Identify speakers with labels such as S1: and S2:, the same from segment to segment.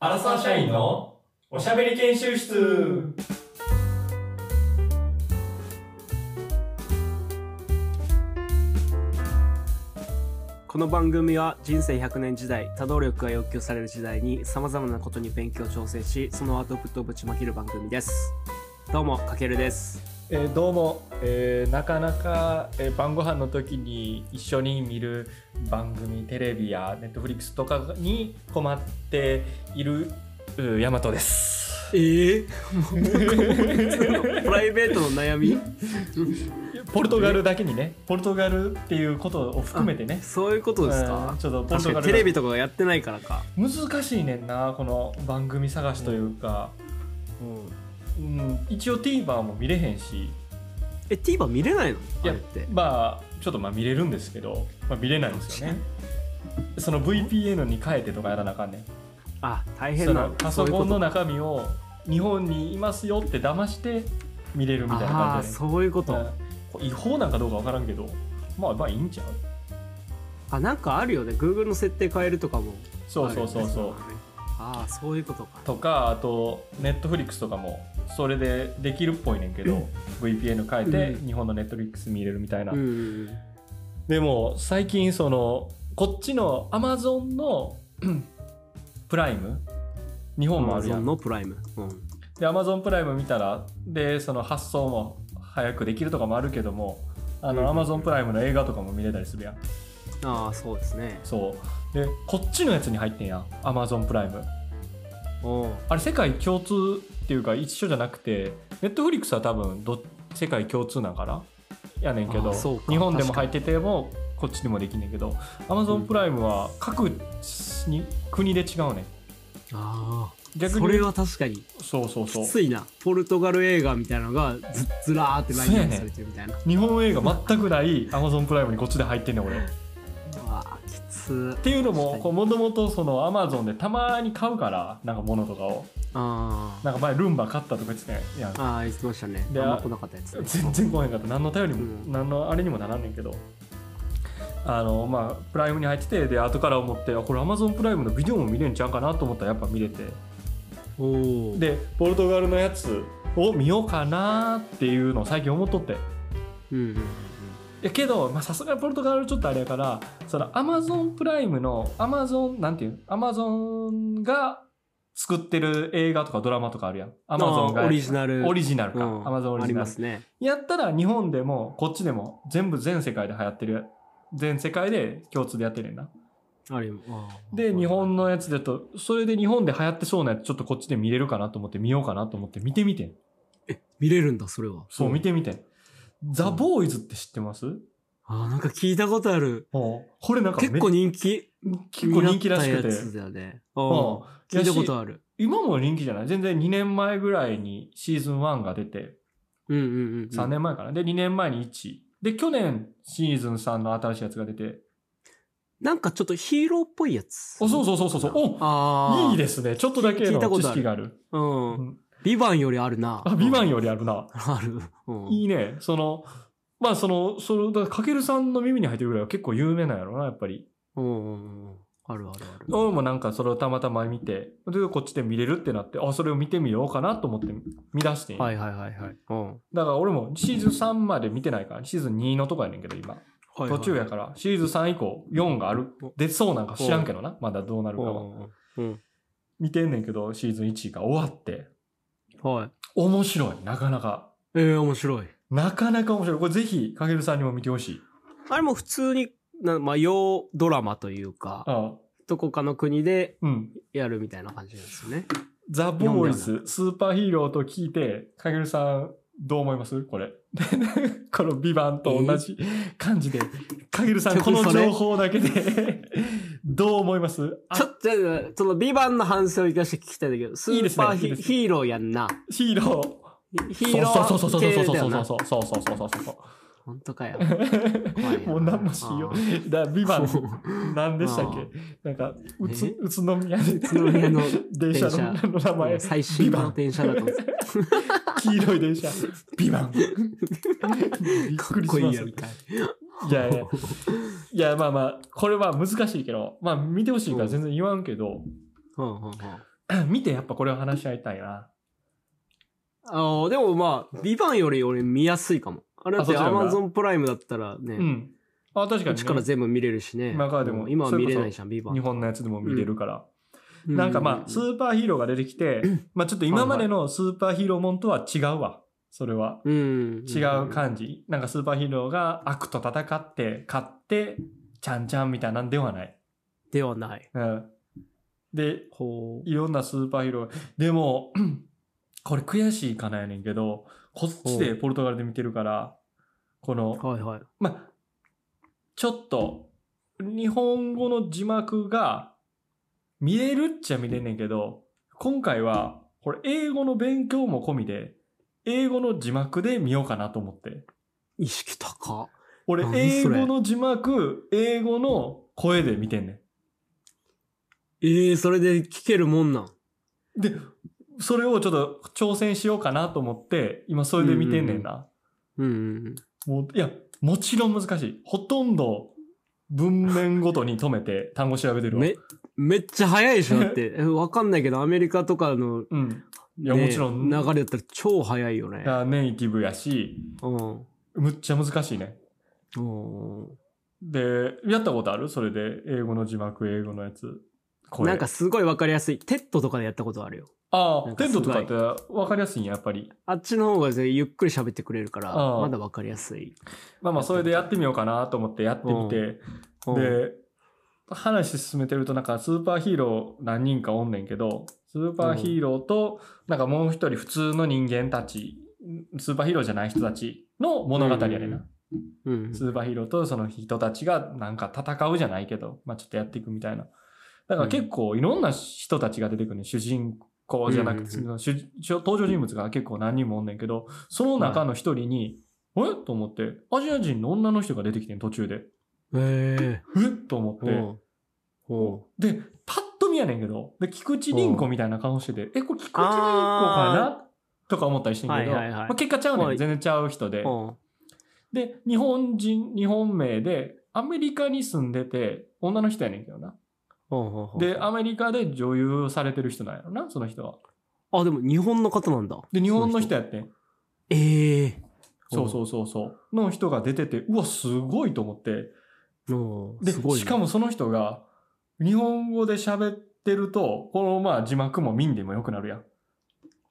S1: アラサー社員のおしゃべり研修室
S2: この番組は人生100年時代多動力が要求される時代にさまざまなことに勉強調整しそのアウトプットをぶちまける番組ですどうもかけるです
S3: えーどうも、えーなかなか、えー晩ご飯の時に一緒に見る番組テレビやネットフリックスとかに困っているうーヤマトです
S2: ええプライベートの悩み
S3: ポルトガルだけにねポルトガルっていうことを含めてね
S2: そういうことですか
S3: うんちょっとポル
S2: 確
S3: ト
S2: か
S3: ガ
S2: に
S3: ル
S2: テレビとかがやってないからか、
S3: 難しいねんなこの番組探しというか、うん、一応 TVer も見れへんし
S2: え TVer 見れないの
S3: い
S2: あ
S3: や
S2: れって
S3: まあちょっとまあ見れるんですけど、まあ、見れないんですよねその VPN に変えてとかやらなあかんねん
S2: あ大
S3: そ
S2: 変な
S3: のパソコンの
S2: 中
S3: 中身を日本にいますよって騙して見れるみたいな
S2: あ
S3: 感
S2: あ
S3: じで、
S2: そういうこと、
S3: うん違法なんかどうか分からんけどまあまあいいんちゃう
S2: あなんかあるよね Google の設定変えるとかも
S3: そうそうそうそう
S2: ああそういうことか
S3: とかあとネットフリックスとかもそれでできるっぽいねんけど、VPN 変え
S2: う
S3: て日本のネットフリックス見れるみたいな、
S2: うんうん
S3: でも最近そのこっちの Amazon の うんプライム日
S2: う
S3: 本
S2: ん
S3: もあるや
S2: Amazon
S3: ん
S2: のプライム、うん
S3: で Amazon プライム見たらでその発送も早くできるとかもあるけどもあの
S2: うん
S3: Amazon プライムの映画とかも見れたりするやん
S2: ああそうですね
S3: そうでこっちのやつに入ってんやん Amazon プライム
S2: おう
S3: あれ世界共通っていうか一緒じゃなくて Netflix は多分ど世界共通なんかなやねんけ
S2: あ
S3: ど
S2: そうか
S3: 日本でも入っててもこっちにもできんねんけど Amazon プライムは各に国で違うねん
S2: ああ
S3: 逆
S2: それ
S3: に
S2: は確かに
S3: そうそうそ
S2: き
S3: う
S2: ついなポルトガル映画みたいなのがずずらーってラインナップされてるみたいな、
S3: 日本映画全くない Amazon プライムにこっちで入ってんねん俺
S2: ああきつ
S3: っていうの
S2: は
S3: も
S2: い
S3: こうもともとそのアマゾンでたまに買うからなんか物とかを
S2: ああ
S3: なんか前ルンバ買ったとか言ってたやん
S2: ああ言ってましたね
S3: で
S2: あんま来なかったやつ、ね、
S3: 全然来へんかった何の頼りも、
S2: うん
S3: 何のあれにもならんねんけどあのまあプライムに入っててで後から思ってあこれアマゾンプライムのビデオも見れんちゃうかなと思ったらやっぱ見れて
S2: おお
S3: でポルトガルのやつを見ようかなっていうのを最近思っとって
S2: うんうんうん
S3: いやけどまあさすがにポルトガルちょっとあれやからそのアマゾンプライムのアマゾンなんていうアマゾンが作ってる映画とかドラマとかあるやんアマゾン
S2: あ
S3: が
S2: あオリジナル
S3: オリジナルか、
S2: うん
S3: アマゾンオリ
S2: あ
S3: ジ
S2: り
S3: ナ
S2: ま
S3: ル
S2: すね
S3: やったら日本でもこっちでも全部全世界で流行ってる全世界で共通でやってるやんな
S2: ありああ
S3: で日本のやつだとそれで日本で流行ってそうなやつちょっとこっちで見れるかなと思って見ようかなと思って見てみてん
S2: 見れるんだそれは
S3: そう見てみてんザ・ボーイズって知ってます、
S2: ああなんか聞いたことある
S3: おうこれなんかめ
S2: 結構人気
S3: 結構人気らしく
S2: になっ
S3: て
S2: たやつだよねう
S3: うんん
S2: 聞いたこと
S3: やし
S2: ある
S3: 今も人気じゃない全然2年前ぐらいにシーズン1が出て
S2: うんうんうんうん
S3: 3年前かな、で2年前に1で去年シーズン3の新しいやつが出て
S2: なんかちょっとヒーローっぽいやつ
S3: おそうそうそうそうそうお
S2: ああ
S3: いいですねちょっとだけ
S2: 聞い
S3: の
S2: たことある
S3: 知識があるあ,、
S2: う
S3: うんん、
S2: ビバンよりあるな
S3: あビバン
S2: よ
S3: よりあるな、
S2: あるうん
S3: いいねそのまあそのそのだからかけるさんの耳に入ってるぐらいは結構有名なんやろなやっぱり
S2: うんうんうんあるあるある
S3: 俺もなんかそれをたまたま見てでこっちで見れるってなってあそれを見てみようかなと思って見出してん
S2: はいはいはいはいうん
S3: だから俺もシーズン3まで見てないからシーズン2のとこやねんけど今途中や
S2: ら
S3: からシーズン3以降4がある
S2: お
S3: 出そうなんか知らんけどなまだどうなるかは
S2: うん
S3: 見てんねんけどシーズン1が終わって
S2: はい
S3: 面白いなかなか
S2: えー面白い
S3: なかなか面白いこれぜひかけるさんにも見てほしい
S2: あれも普通になまあ洋ドラマというか
S3: あ
S2: どこかの国で
S3: うん
S2: やるみたいな感じなんですよね
S3: ザ・ボーイズスーパーヒーローと聞いてかけるさんどう思いますこれ この「ビバンと同じ感じでかけるさんこの情報だけで どう思いますあ
S2: ちょっと、その、ビバンの反省を生かして聞きたいんだけど、ス
S3: いいで
S2: ー
S3: すね
S2: パーヒ
S3: いいですね
S2: ヒーローやんな。
S3: ヒーロー
S2: ヒーロー
S3: そうそうそうそうそう
S2: 系だ
S3: そ
S2: よ
S3: う
S2: な
S3: そうそうそうそうそうそうそう
S2: 本当か よ。
S3: もう何もしよ
S2: あ
S3: う。だからビバン何でしたっ
S2: あ
S3: けなんか宇
S2: え
S3: 都宇都宮で宇
S2: 都宮の
S3: 電車の
S2: 電
S3: 名前
S2: 最新
S3: ビバ
S2: の
S3: ン
S2: 電車だと思って
S3: 黄色い電車ビバンびっ
S2: か
S3: く
S2: っ
S3: り
S2: こ
S3: し
S2: い
S3: ま
S2: い
S3: す
S2: やん
S3: い
S2: かい。
S3: やいやいやまあまあこれは難しいけどまあ見てほしいから全然言わんけど
S2: うんうんうん
S3: 見てやっぱこれを話し合いたいな。
S2: ああ、でもまあ、ビバンより俺見やすいかも。あれだって
S3: あそっちの方が
S2: Amazon プライムだったら
S3: う
S2: ね、
S3: ん。あ、確か
S2: こっ
S3: に、
S2: ちから
S3: ね。
S2: 全部見れるしね。
S3: 今からでも
S2: うん今は見れないじゃん、ビバン。
S3: 日本のやつでも見れるから。
S2: う
S3: なんかまあ、スーパーヒーローが出てきて、まあちょっと今までのスーパーヒーローもんとは違うわ。それは。
S2: うん。
S3: 違う感じ。なんかスーパーヒーローが悪と戦って、勝って、ちゃんちゃんみたいなんではない。
S2: ではない。
S3: うん。で、
S2: ほう。
S3: いろんなスーパーヒーロー。でも、 これ悔しいかなやねんけど、こっちでポルトガルで見てるから、この、
S2: はいはい。
S3: ま、ちょっと、日本語の字幕が見れるっちゃ見れんねんけど、今回は、これ英語の勉強も込みで、英語の字幕で見ようかなと思って。
S2: 意識高。
S3: 俺、
S2: 何
S3: 英
S2: それ
S3: 語の字幕、英語の声で見てんねん。
S2: ええそれで聞けるもんなん。
S3: で、それをちょっと挑戦しようかなと思って、今それで見てんねんな。
S2: うんうんうん。
S3: もういや、もちろん難しい。ほとんど文面ごとに止め て単語調べてるわ。
S2: め、めっちゃ早いでしょ だって。えわかんないけど、アメリカとかの、
S3: うん。いや、
S2: ね、
S3: もちろん、
S2: 流れだったら超早いよね。
S3: がネイティブやし、
S2: うん。
S3: むっちゃ難しいね。
S2: うん
S3: で、やったことあるそれで、英語の字幕、英語のやつ。声
S2: なんか、すごいわかりやすい。テッドとかでやったことあるよ。
S3: あ
S2: な
S3: あ、
S2: んか
S3: テン
S2: すご
S3: ト
S2: い
S3: とかって分かりやすいんや、やっぱり。
S2: あっちの方がぜゆっくり喋ってくれるから、
S3: ああ
S2: まだわかりやすい。
S3: まあまあ、それでやってみようかなと思ってやってみて、
S2: うん、
S3: で、話進めてるとなんかスーパーヒーロー何人かおんねんけど、スーパーヒーローと、なんかもう一人普通の人間たち、スーパーヒーローじゃない人たちの物語やねんな。
S2: うん。
S3: スーパーヒーローとその人たちがなんか戦うじゃないけど、まあちょっとやっていくみたいな。だから結構いろんな人たちが出てくるね。主人公じゃなくて、
S2: うん
S3: その主主登場人物が結構何人もおんねんけど、その中の一人に、えと思って、アジア人の女の人が出てきてん途中で。
S2: え
S3: えっと思っ
S2: え
S3: て。
S2: おお
S3: で、パッと見やねんけど、で、菊池凛子みたいな顔してて、え、これ菊池凛子かなとか思ったりしてんけど、
S2: はいはいはい
S3: まあ、結果ちゃうね
S2: は
S3: ん。
S2: い
S3: 全然ちゃう人で。
S2: お
S3: で、日本人、日本名で、アメリカに住んでて、女の人やねんけどな。
S2: お
S3: で、アメリカで女優されてる人なんやろな、その人は。
S2: あ、でも日本の方なんだ。
S3: で、日本の人やってん。
S2: ええ
S3: そうそうそうそう。の人が出てて、うわ、すごいと思って。
S2: おう
S3: で、
S2: すごい、ね。
S3: しかもその人が、日本語で喋ってると、このまあ字幕も見んでもよくなるやん。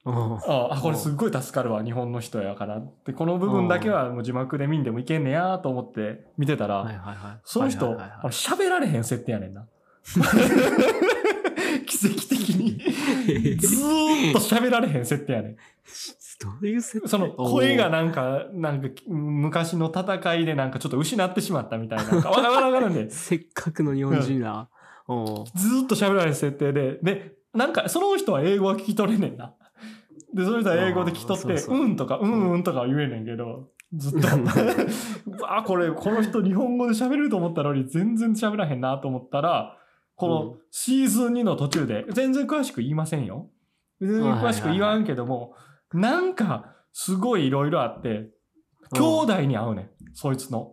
S2: も、
S3: ああ、これ
S2: うん
S3: すっごい助かるわ、日本の人やから。で、この部分だけはもう字幕で見んでもいけんねやと思って見てたら、
S2: はいはいはい。
S3: その人、
S2: はいはいはい
S3: あの
S2: は
S3: 喋られへん設定やねん な。奇跡的に。
S2: い、
S3: ずーっと喋られへん設定やねん。
S2: どういう設定
S3: その声がなんか、なんか昔の戦いでなんかちょっと失ってしまったみたいな。なんかわからんわからんわからんねん。
S2: せっかくの日本人だ。おう
S3: ずーっと喋られる設定で、で、なんか、その人は英語は聞き取れねんな。で、その人は英語で聞き取っ
S2: あー
S3: て、
S2: そうそう
S3: うんとか、うんうんとかは言えねんけど、ず っと。うわあ、これ、この人日本語で喋ると思ったのに全然喋らへんなと思ったら、こ
S2: う
S3: のシーズン2の途中で、全然詳しく言いませんよ。全然詳しく言わんけども、なんか、すごいいろいろあって、兄弟に会うねん、そいつの。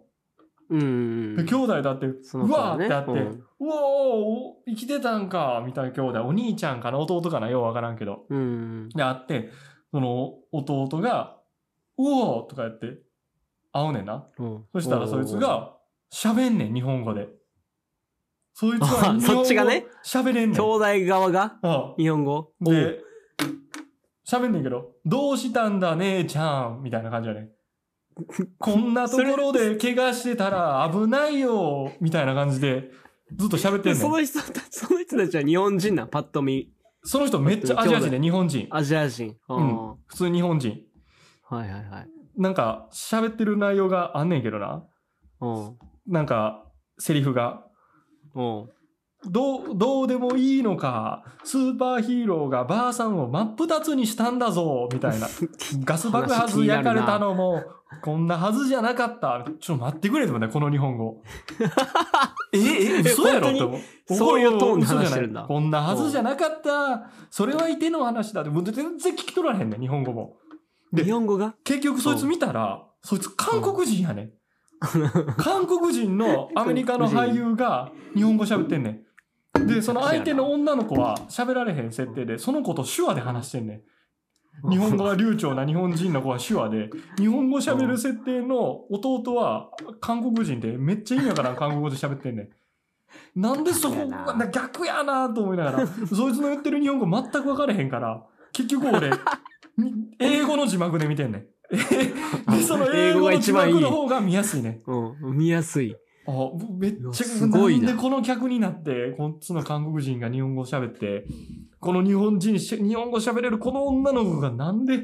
S2: うん
S3: で兄弟だって、
S2: そうの子
S3: わ
S2: は
S3: ー
S2: ね
S3: ってあって、
S2: う
S3: うんおーお生きてたんか、みたいな兄弟、お兄ちゃんかな、弟かな、ようわからんけど。
S2: うん。うん。
S3: で、あって、その弟が、うおーとかやって、会うねんな。
S2: うん
S3: そしたらそいつ、が、喋んねん、日本語で。そいつは日
S2: あ
S3: 本
S2: そっ
S3: 語
S2: ちがね
S3: 喋れんねん。
S2: 兄弟側が
S3: あ
S2: 日本語
S3: あで、喋んねんけど、どうしたんだ、姉ちゃん、みたいな感じやねん。こんなところで怪我してたら危ないよ、みたいな感じで、ずっと喋ってんね
S2: で
S3: ん。
S2: その人たち、その人たちは日本人なん、パッと見。
S3: その人めっちゃアジア人で日本人。
S2: アジア人。あー
S3: うん普通日本人。
S2: はいはいはい。
S3: なんか喋ってる内容があんねんけどな。
S2: うん
S3: なんかセリフが。
S2: うん
S3: どう、どうでもいいのか。スーパーヒーローがばあさんを真っ二つにしたんだぞ、みた いな。ガス爆発焼かれたのも、こんなはずじゃなかった。ちょっと待ってくれと思って、この日本 語。え、え、嘘やろって思う。
S2: そういうトーンで
S3: 嘘じゃ
S2: 話し
S3: な
S2: て
S3: い
S2: るんだ
S3: こんなはずじゃなかった。それはいての話だ。でも全然聞き取られへんねん、日本語も。で
S2: 日本語が
S3: 結局そいつ見たら、そいつ韓国人やねん。韓国人のアメリカの俳優が日本語喋ってんねん。で、その相手の女の子は喋られへん設定で、その子と手話で話してんね ん。日本語が流暢な日本人の子は手話で、日本語喋る設定の弟は韓国人で、めっちゃ意味わからん韓国語で喋ってんねん。なんでそこ
S2: 逆や
S3: が
S2: な
S3: 逆やなと思いながら、そいつの言ってる日本語全く分からへんから、結局俺、み英語の字幕で見てんねん。で、その英語の字幕の方が見やすいねん。
S2: うん、見やすい。
S3: あ、めっ
S2: いや
S3: ちゃ
S2: すごいな
S3: なんでこの客になって、こっちの韓国人が日本語喋って、この日本人し、日本語喋れるこの女の子がなんで、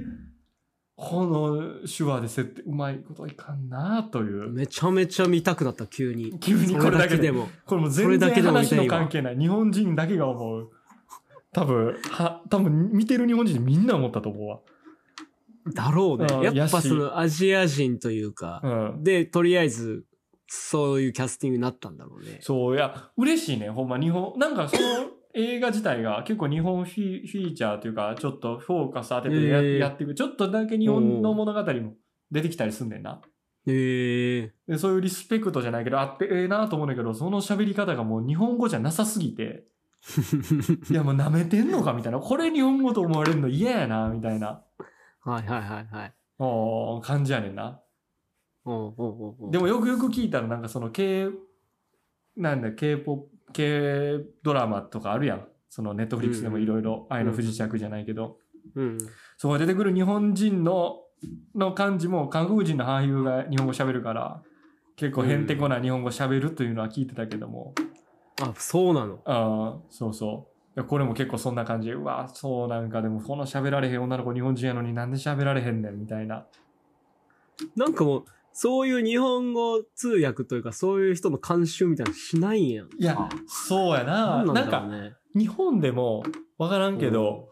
S3: この手話で設定、うまいこといかんなという。
S2: めちゃめちゃ見たくなった、急に。
S3: 急にこれだけで。
S2: でも。
S3: これもう
S2: それ
S3: 全
S2: だけ
S3: 然
S2: でも見
S3: 話
S2: たいわ
S3: の関係ない。日本人だけが思う。多分、は、多分見てる日本人みんな思ったと思うわ。
S2: だ
S3: うん
S2: ろうね。やっぱ
S3: やし
S2: そのアジア人というか
S3: う、ん。
S2: で、とりあえず、そういうキャスティングになったんだろうね。
S3: そう、いや、嬉しいね、ほんま、日本、なんかその 映画自体が結構日本フィフィーチャーというか、ちょっとフォーカス当ててや,、
S2: えー
S3: やっていく、ちょっとだけ日本の物語も出てきたりすんねんな。
S2: へえ。
S3: でそういうリスペクトじゃないけど、あってええなと思うんだけど、その喋り方がもう日本語じゃなさすぎて、いやもう舐めてんのかみたいな、これ日本語と思われるの嫌やな、みたいな
S2: はいはいはいはい。
S3: おー感じやねんな。
S2: おうおうおうおう
S3: でもよくよく聞いたらなんかその K なんだ K ポ K ドラマとかあるやんそのネットフリックスでもいろいろ愛の不時着じゃないけど、
S2: うん。
S3: そこに出てくる日本人のの感じも韓国人の俳優が日本語喋るから結構へんてこな日本語喋るというのは聞いてたけども、
S2: あ、そうなの。
S3: ああそうそういやこれも結構そんな感じうわそうなんかでもこの喋られへん女の子日本人やのになんで喋られへんねんみたいな
S2: なんかもう、そういう日本語通訳というか、そういう人の監修みたいなのしないんやん。
S3: いやそうやな
S2: なんなん
S3: なん
S2: だ
S3: か
S2: ろうね。
S3: 日本でも分からんけど、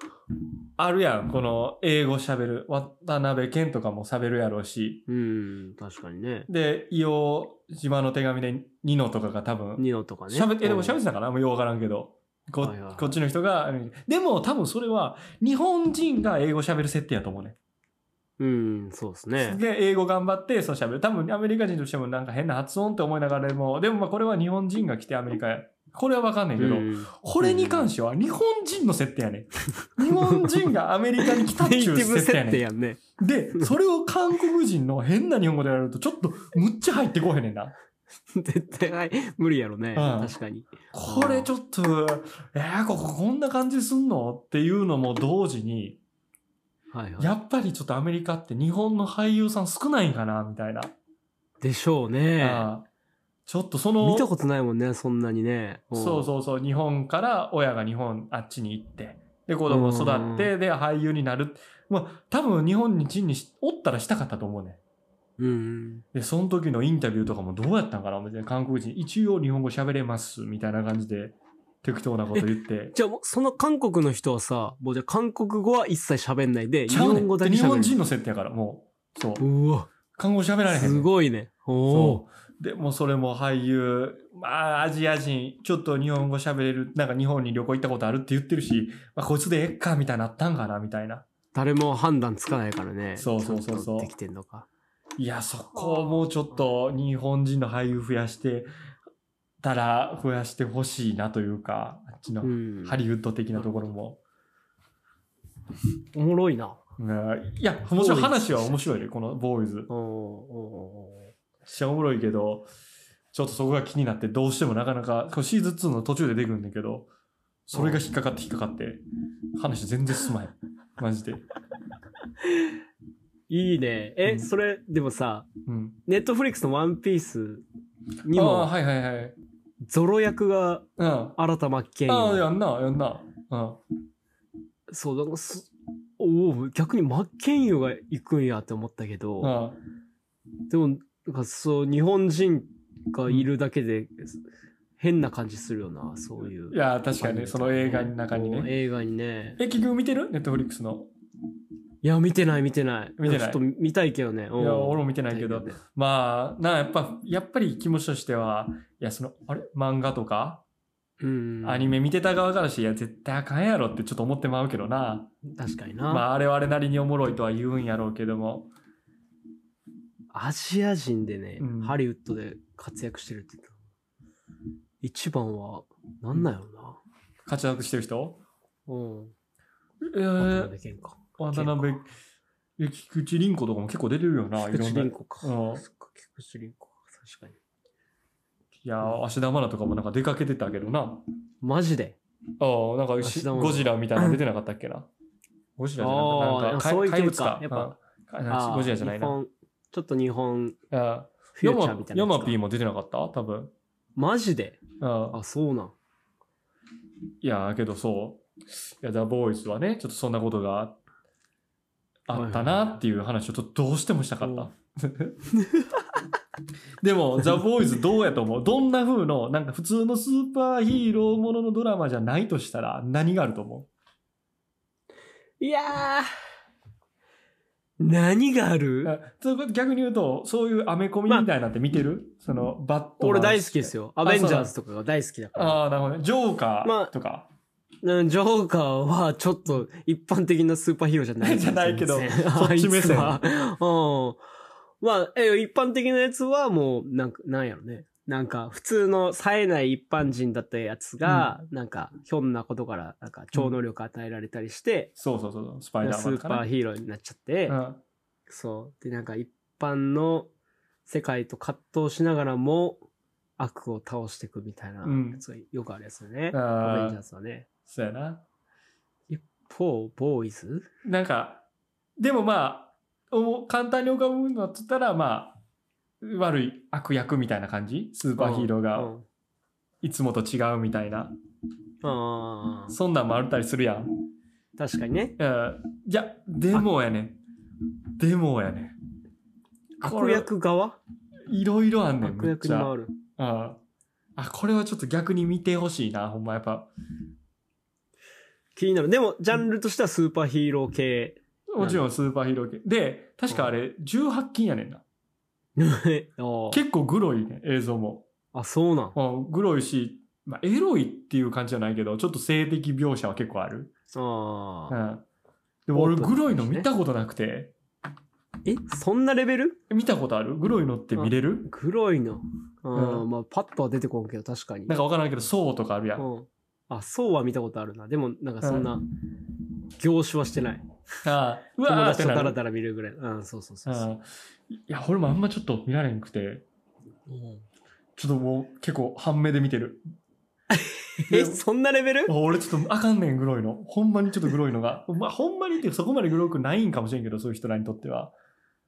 S3: あるやんこの英語喋る渡辺謙とかも喋るやろうし
S2: うん、確かにね。
S3: で伊予島の手紙でニノとかが多分
S2: ニノとかね。
S3: 喋ってえでも
S2: うん
S3: 喋ってたかなもうよう分からんけどこ,、
S2: はいはい
S3: こっちの人がでも多分それは日本人が英語喋る設定やと思うね
S2: うん、そうですね。
S3: で英語頑張ってそう喋る多分アメリカ人としてもなんか変な発音って思いながらでもでもまあこれは日本人が来てアメリカやこれは分かんないけど、
S2: うん
S3: これに関しては日本人の設定やねん。日本人がアメリカに来たって
S2: ネイ
S3: い
S2: テ
S3: う
S2: ィブ
S3: 設定や
S2: 設定
S3: ね
S2: やんね。
S3: ん。で、それを韓国人の変な日本語でやるとちょっとむっちゃ入ってこへんねんな。
S2: 絶対無理やろね。
S3: うん
S2: 確かに。
S3: これちょっと、えー、こここんな感じすんのっていうのも同時に、
S2: はいはい。
S3: やっぱりちょっとアメリカって日本の俳優さん少ないんかなみたいな。
S2: でしょうね。
S3: ああちょっとその
S2: 見、たことないもんね、そんなにね。ん
S3: そうそうそう、日本から親が日本あっちに行って、で、子供育って、で、俳優になる。まあ、多分日本に人にしおったらしたかったと思うね。
S2: うん。
S3: で、その時のインタビューとかもどうやったんかなみたいな韓国人、一応日本語喋れます、みたいな感じで、適当なこと言っ て。
S2: じゃあもう、その韓国の人はさ、もうじゃあ韓国語は一切喋んないで、日
S3: ちゃうね
S2: 本
S3: ん
S2: 語だけ
S3: で日
S2: 喋
S3: 本
S2: る。
S3: 人の設定やから、もう。そう。
S2: うわ、
S3: 韓国語喋られへんねん。
S2: すごいね。お
S3: そう。でもうそれも俳優、まあアジア人、ちょっと日本語喋れる、なんか日本に旅行行ったことあるって言ってるし、まあこいつでえっか、みたいになったんかな、みたいな。
S2: 誰も判断つかないからね。
S3: そうそうそうそう
S2: ちゃんとできてんのか。
S3: いや、そこをもうちょっと日本人の俳優増やしてたら、増やしてほしいなというか、あっちの
S2: うん。
S3: ハリウッド的なところも。
S2: おもろいな。
S3: うんいや、もちろん話は面白いね、このボーイズ。めっ
S2: おーお
S3: ちゃおもろいけど、ちょっとそこが気になって、どうしてもなかなか、これシーズン2の途中で出てくるんだけど、それが引っかかって引っかかって、話全然進まへん。マジで。
S2: ーいいね。
S3: う
S2: え、
S3: ん
S2: それ、でもさ、
S3: うん。
S2: ネットフリックスのワンピースに
S3: あ
S2: も
S3: あ、、はいはいはい。
S2: ゾロ役が
S3: うん。あ
S2: 新田真剣
S3: あ、
S2: 佑
S3: やんな、やんな。うん。
S2: そうだからすおお逆に真剣佑が行くんやって思ったけど、
S3: うん。
S2: でもなんかそう日本人がいるだけで、変な感じするよなそういう
S3: いや、確かにね、その映画の中に
S2: うん
S3: ね。
S2: 映画にね
S3: え、結局見てるネットフリックスの。
S2: いや見てない見てない
S3: 見てない
S2: ちょっと見たいけどねいや
S3: いや、俺も見てないけど。まあ、なあ、やっぱ、やっぱり気持ちとしては、いや、その、あれ漫画とか、
S2: うん
S3: アニメ見てた側からして、いや、絶対あかんやろってちょっと思ってまうけどな。
S2: 確かにな、
S3: まあ、あれはあれなりにおもろいとは言うんやろうけども。
S2: アジア人でね、
S3: うん
S2: ハリウッドで活躍してるって言った一番はなんなんやろ
S3: 活躍してる人え
S2: な。うん。渡
S3: ー
S2: 辺謙か。
S3: 渡辺、え菊池凛子とかも結構出てるよな、い
S2: 菊
S3: ろ
S2: 池
S3: んな。
S2: 凛
S3: い
S2: 子か。
S3: うん
S2: そっか、菊池凛子か。確かに。
S3: やー、芦田愛菜とかもなんか出かけてたけどな。
S2: マジで。
S3: ああ、なんか
S2: 芦
S3: し
S2: 田愛菜
S3: ゴジラみたいなの出てなかったっけな。ゴジラじゃ
S2: あー
S3: なくてなんか
S2: そういう
S3: 怪
S2: 系
S3: 怪
S2: か
S3: 物か。
S2: やっぱ
S3: ああ
S2: ー
S3: ゴジラじゃない
S2: 日
S3: な。
S2: 本ちょっと日本
S3: あ
S2: フューチャーみ
S3: ー
S2: たい
S3: ヤ
S2: なやつか。
S3: マピーも出てなかった多分。
S2: マジで。
S3: あー
S2: あ、そうなん。
S3: いやー、けどそう。いや、ザ・ボーイズはね、ちょっとそんなことがあったなっていう話をちょっとどうしてもしたかった。 でも、ザ・ボーイズどうやと思うどんな風の、なんか普通のスーパーヒーローもののドラマじゃないとしたら何があると思
S2: いやー。何があ
S3: う
S2: る
S3: あそういうこと逆に言うと、そういうアメコミみたいなんて見てる、その、バットマン
S2: 俺大好きです
S3: よ。
S2: よ。アベンジャーズとかが大好きだから。
S3: ああ、なるほどね。ジョーカ
S2: まあ
S3: ーとか。
S2: うんジョーカーはちょっと一般的なスーパーヒーローじゃない。
S3: じゃないけど
S2: 全
S3: そ
S2: 然
S3: っち目線
S2: あいつはうん。まあ、え一般的なやつはもう、なんか、なんやろね。なんか、普通の冴えない一般人だったやつが、なんか、ひょんなことから、なんか、超能力与えられたりして、
S3: そうそうそう、スパイダー
S2: ス
S3: マン
S2: ー
S3: とか、
S2: パー
S3: ね。
S2: ヒーローになっちゃって、
S3: うん
S2: そう。で、なんか、一般の世界と葛藤しながらも、悪を倒していくみたいなやつがよくあるやつ よね。
S3: うん
S2: アベンジャーズはね。
S3: そうやな。
S2: ポー、ボーイズ
S3: なんか、でもまあ、おも簡単に浮かぶのっつったら、まあ、悪い悪役みたいな感じスーパーヒーロー
S2: う
S3: が
S2: んうん
S3: いつもと違うみたいな。
S2: ああ、
S3: そんなんもあったりするやん。
S2: 確かにね。
S3: うんいや、でもやねん。でもやねん。こ
S2: 悪
S3: れ
S2: 役側
S3: いろいろあんねん、
S2: 悪
S3: めっ
S2: 役
S3: ち
S2: に
S3: ゃ
S2: 回。る。
S3: うんあ、これはちょっと逆に見てほしいな、ほんまやっぱ。
S2: 気になる。でも、ジャンルとしてはスーパーヒーロー系。
S3: もちろんスーパーヒーロー系。で、確かあれ、18禁やねんな。
S2: あ
S3: 結構グロいね、映像も。
S2: あ、そうなん。あ
S3: まあ、グロいし、まあ、エロいっていう感じじゃないけど、ちょっと性的描写は結構ある。う
S2: あ。
S3: ん。でも俺、
S2: オープン
S3: グ
S2: な
S3: ロいの
S2: 感じね
S3: 見たことなくて、
S2: え、そんなレベル
S3: 見たことあるグロいのって見れる
S2: 黒いの。あー
S3: うん
S2: まあ、パッとは出てこんけど、確かに。
S3: なんかわからんけど、そうとかあるやん。
S2: うん。あ、そうは見たことあるな。でも、なんかそんな、業種はしてない。
S3: ああ、う
S2: 友
S3: わーっ
S2: 達
S3: て
S2: と
S3: な
S2: ダラ
S3: る。
S2: ダラ見るぐらい。うん、そうそうそうそう。
S3: あいや、俺もあんまちょっと見られんくて、
S2: うん
S3: ちょっともう結構半目で見て る。
S2: え、そんなレベル
S3: あ俺ちょっとあかんねん、グロいの。ほんまにちょっとグロいのが。まあ、ほんまにってそこまでグロくないんかもしれんけど、そういう人らにとっては。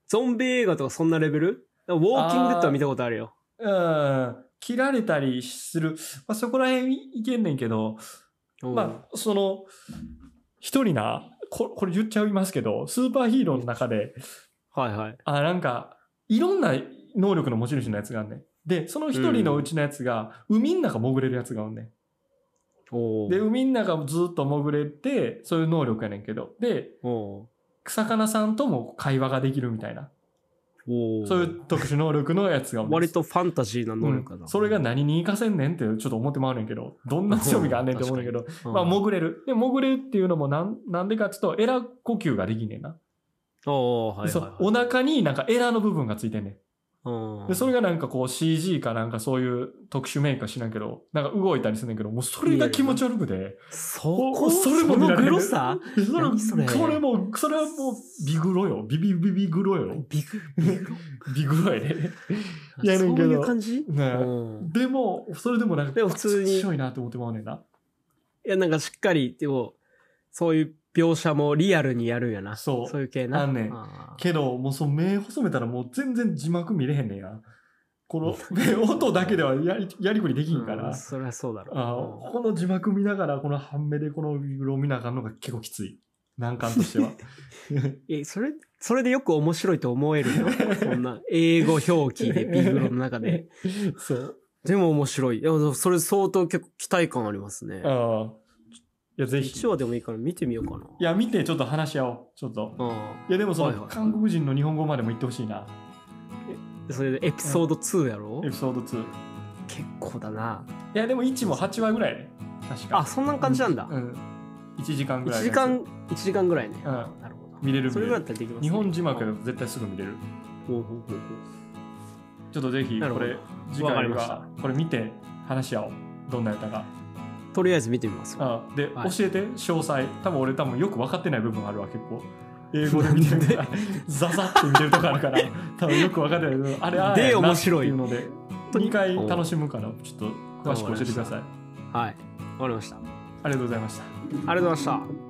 S2: ゾンビ映画とかそんなレベルウォーキングデッドは見たことあるよ。
S3: うん、切られたりする。まあ、そこら辺いけんねんけど、
S2: うん
S3: まあ、その、一人な、ここれ言っちゃいますけど、スーパーヒーローの中で、
S2: はいはい。
S3: あ、なんか、いろんな能力の持ち主のやつがあんねん。で、その一人のうちのやつが、海の中潜れるやつがおんね
S2: お
S3: ん。
S2: ー
S3: で、海の中ずっと潜れて、そういう能力やねんけど、で、
S2: お
S3: 魚さんとも会話ができるみたいな、
S2: ーおー
S3: そういう特殊能力のやつがおんねん
S2: 割とファンタジーな能力か
S3: う
S2: な。
S3: んそれが何に活かせんねんってちょっと思ってまうねんけど、どんな興味があんねんって思うねんけど、
S2: うん、
S3: まあ潜れる。で、潜れるっていうのもなんなんでかっていうと、エラ呼吸ができんねんな。
S2: おーはいはい
S3: そ
S2: は
S3: う
S2: い、
S3: お腹になんかエラの部分がついてんね
S2: うん
S3: ん。で、それがなんかこう CG かなんかそういう特殊メイクか知らんけど、なんか動いたりすんねんけど、もうそれが気持ち悪くて。
S2: そ
S3: お
S2: こ、
S3: そ
S2: そ
S3: れも見ら
S2: の
S3: れる
S2: グロさ
S3: えそれ
S2: 何それ
S3: これもう、それはもうビグロよ。ビビビビグロよ。
S2: ビグ、ビグロ
S3: ビグロやね。いや
S2: そ
S3: ね
S2: うん
S3: けど
S2: いう感じ
S3: ね
S2: うん
S3: でも、それでもなんか、
S2: でも普通に
S3: 強いなって思ってまうねんな。
S2: いや、なんかしっかり、でも、そういう描写もリアルにやるんやな。
S3: そう
S2: そういう系な。
S3: あんねん
S2: あー
S3: けど、もうその目細めたらもう全然字幕見れへんねんや。この 目音だけではやりやりくりできんから。
S2: うんそりゃそうだろう。
S3: あーこの字幕見ながら、この半目でこのビグロを見なあかんのが結構きつい。難関として は。
S2: え、それ、それでよく面白いと思えるよ。そんな、英語表記でビグロの中で。
S3: そう。
S2: でも面白い。いや、それ相当結構期待感ありますね。
S3: ああ。いや、ぜひ。
S2: 1話でもいいから見てみようかな。
S3: いや、見て、ちょっと話し合おう。ちょっと。
S2: うん
S3: いや、でもそ
S2: はい
S3: の、
S2: はい
S3: 韓国人の日本語までも言ってほしいな。
S2: でそれでエピソード2やろ
S3: エピソード2。い
S2: 結構だな。
S3: や、でも1も8話ぐらいやね。確か。
S2: あ、そんな感じなんだ
S3: う。ん。1時間ぐらい
S2: 1
S3: の
S2: 時
S3: やつ。
S2: 間、一時間ぐらいね。
S3: ん
S2: あなるほど。
S3: 見れる見れる
S2: それぐらいだったらできます
S3: 日
S2: ね。
S3: 本字幕は絶対すぐ見れる。
S2: ほうほうほう
S3: ちょっとぜひ
S2: なる
S3: こ
S2: ほど
S3: れ次
S2: わか
S3: 回
S2: りまし
S3: はこれ見て話し合おうどんな歌が
S2: とりあえず見てみますわ
S3: あで、
S2: はい
S3: 教えて詳細多分俺多分よく分かってない部分あるわ結 構英語で見てるからザザって見てるとこある から多分よく分かってない部分あれあれ
S2: で
S3: やな
S2: 面
S3: っ
S2: 白い
S3: ていうので2回楽しむからちょっと詳しく教えてくださいあ
S2: はいわかりましたあり
S3: りがとうございました
S2: がとうございました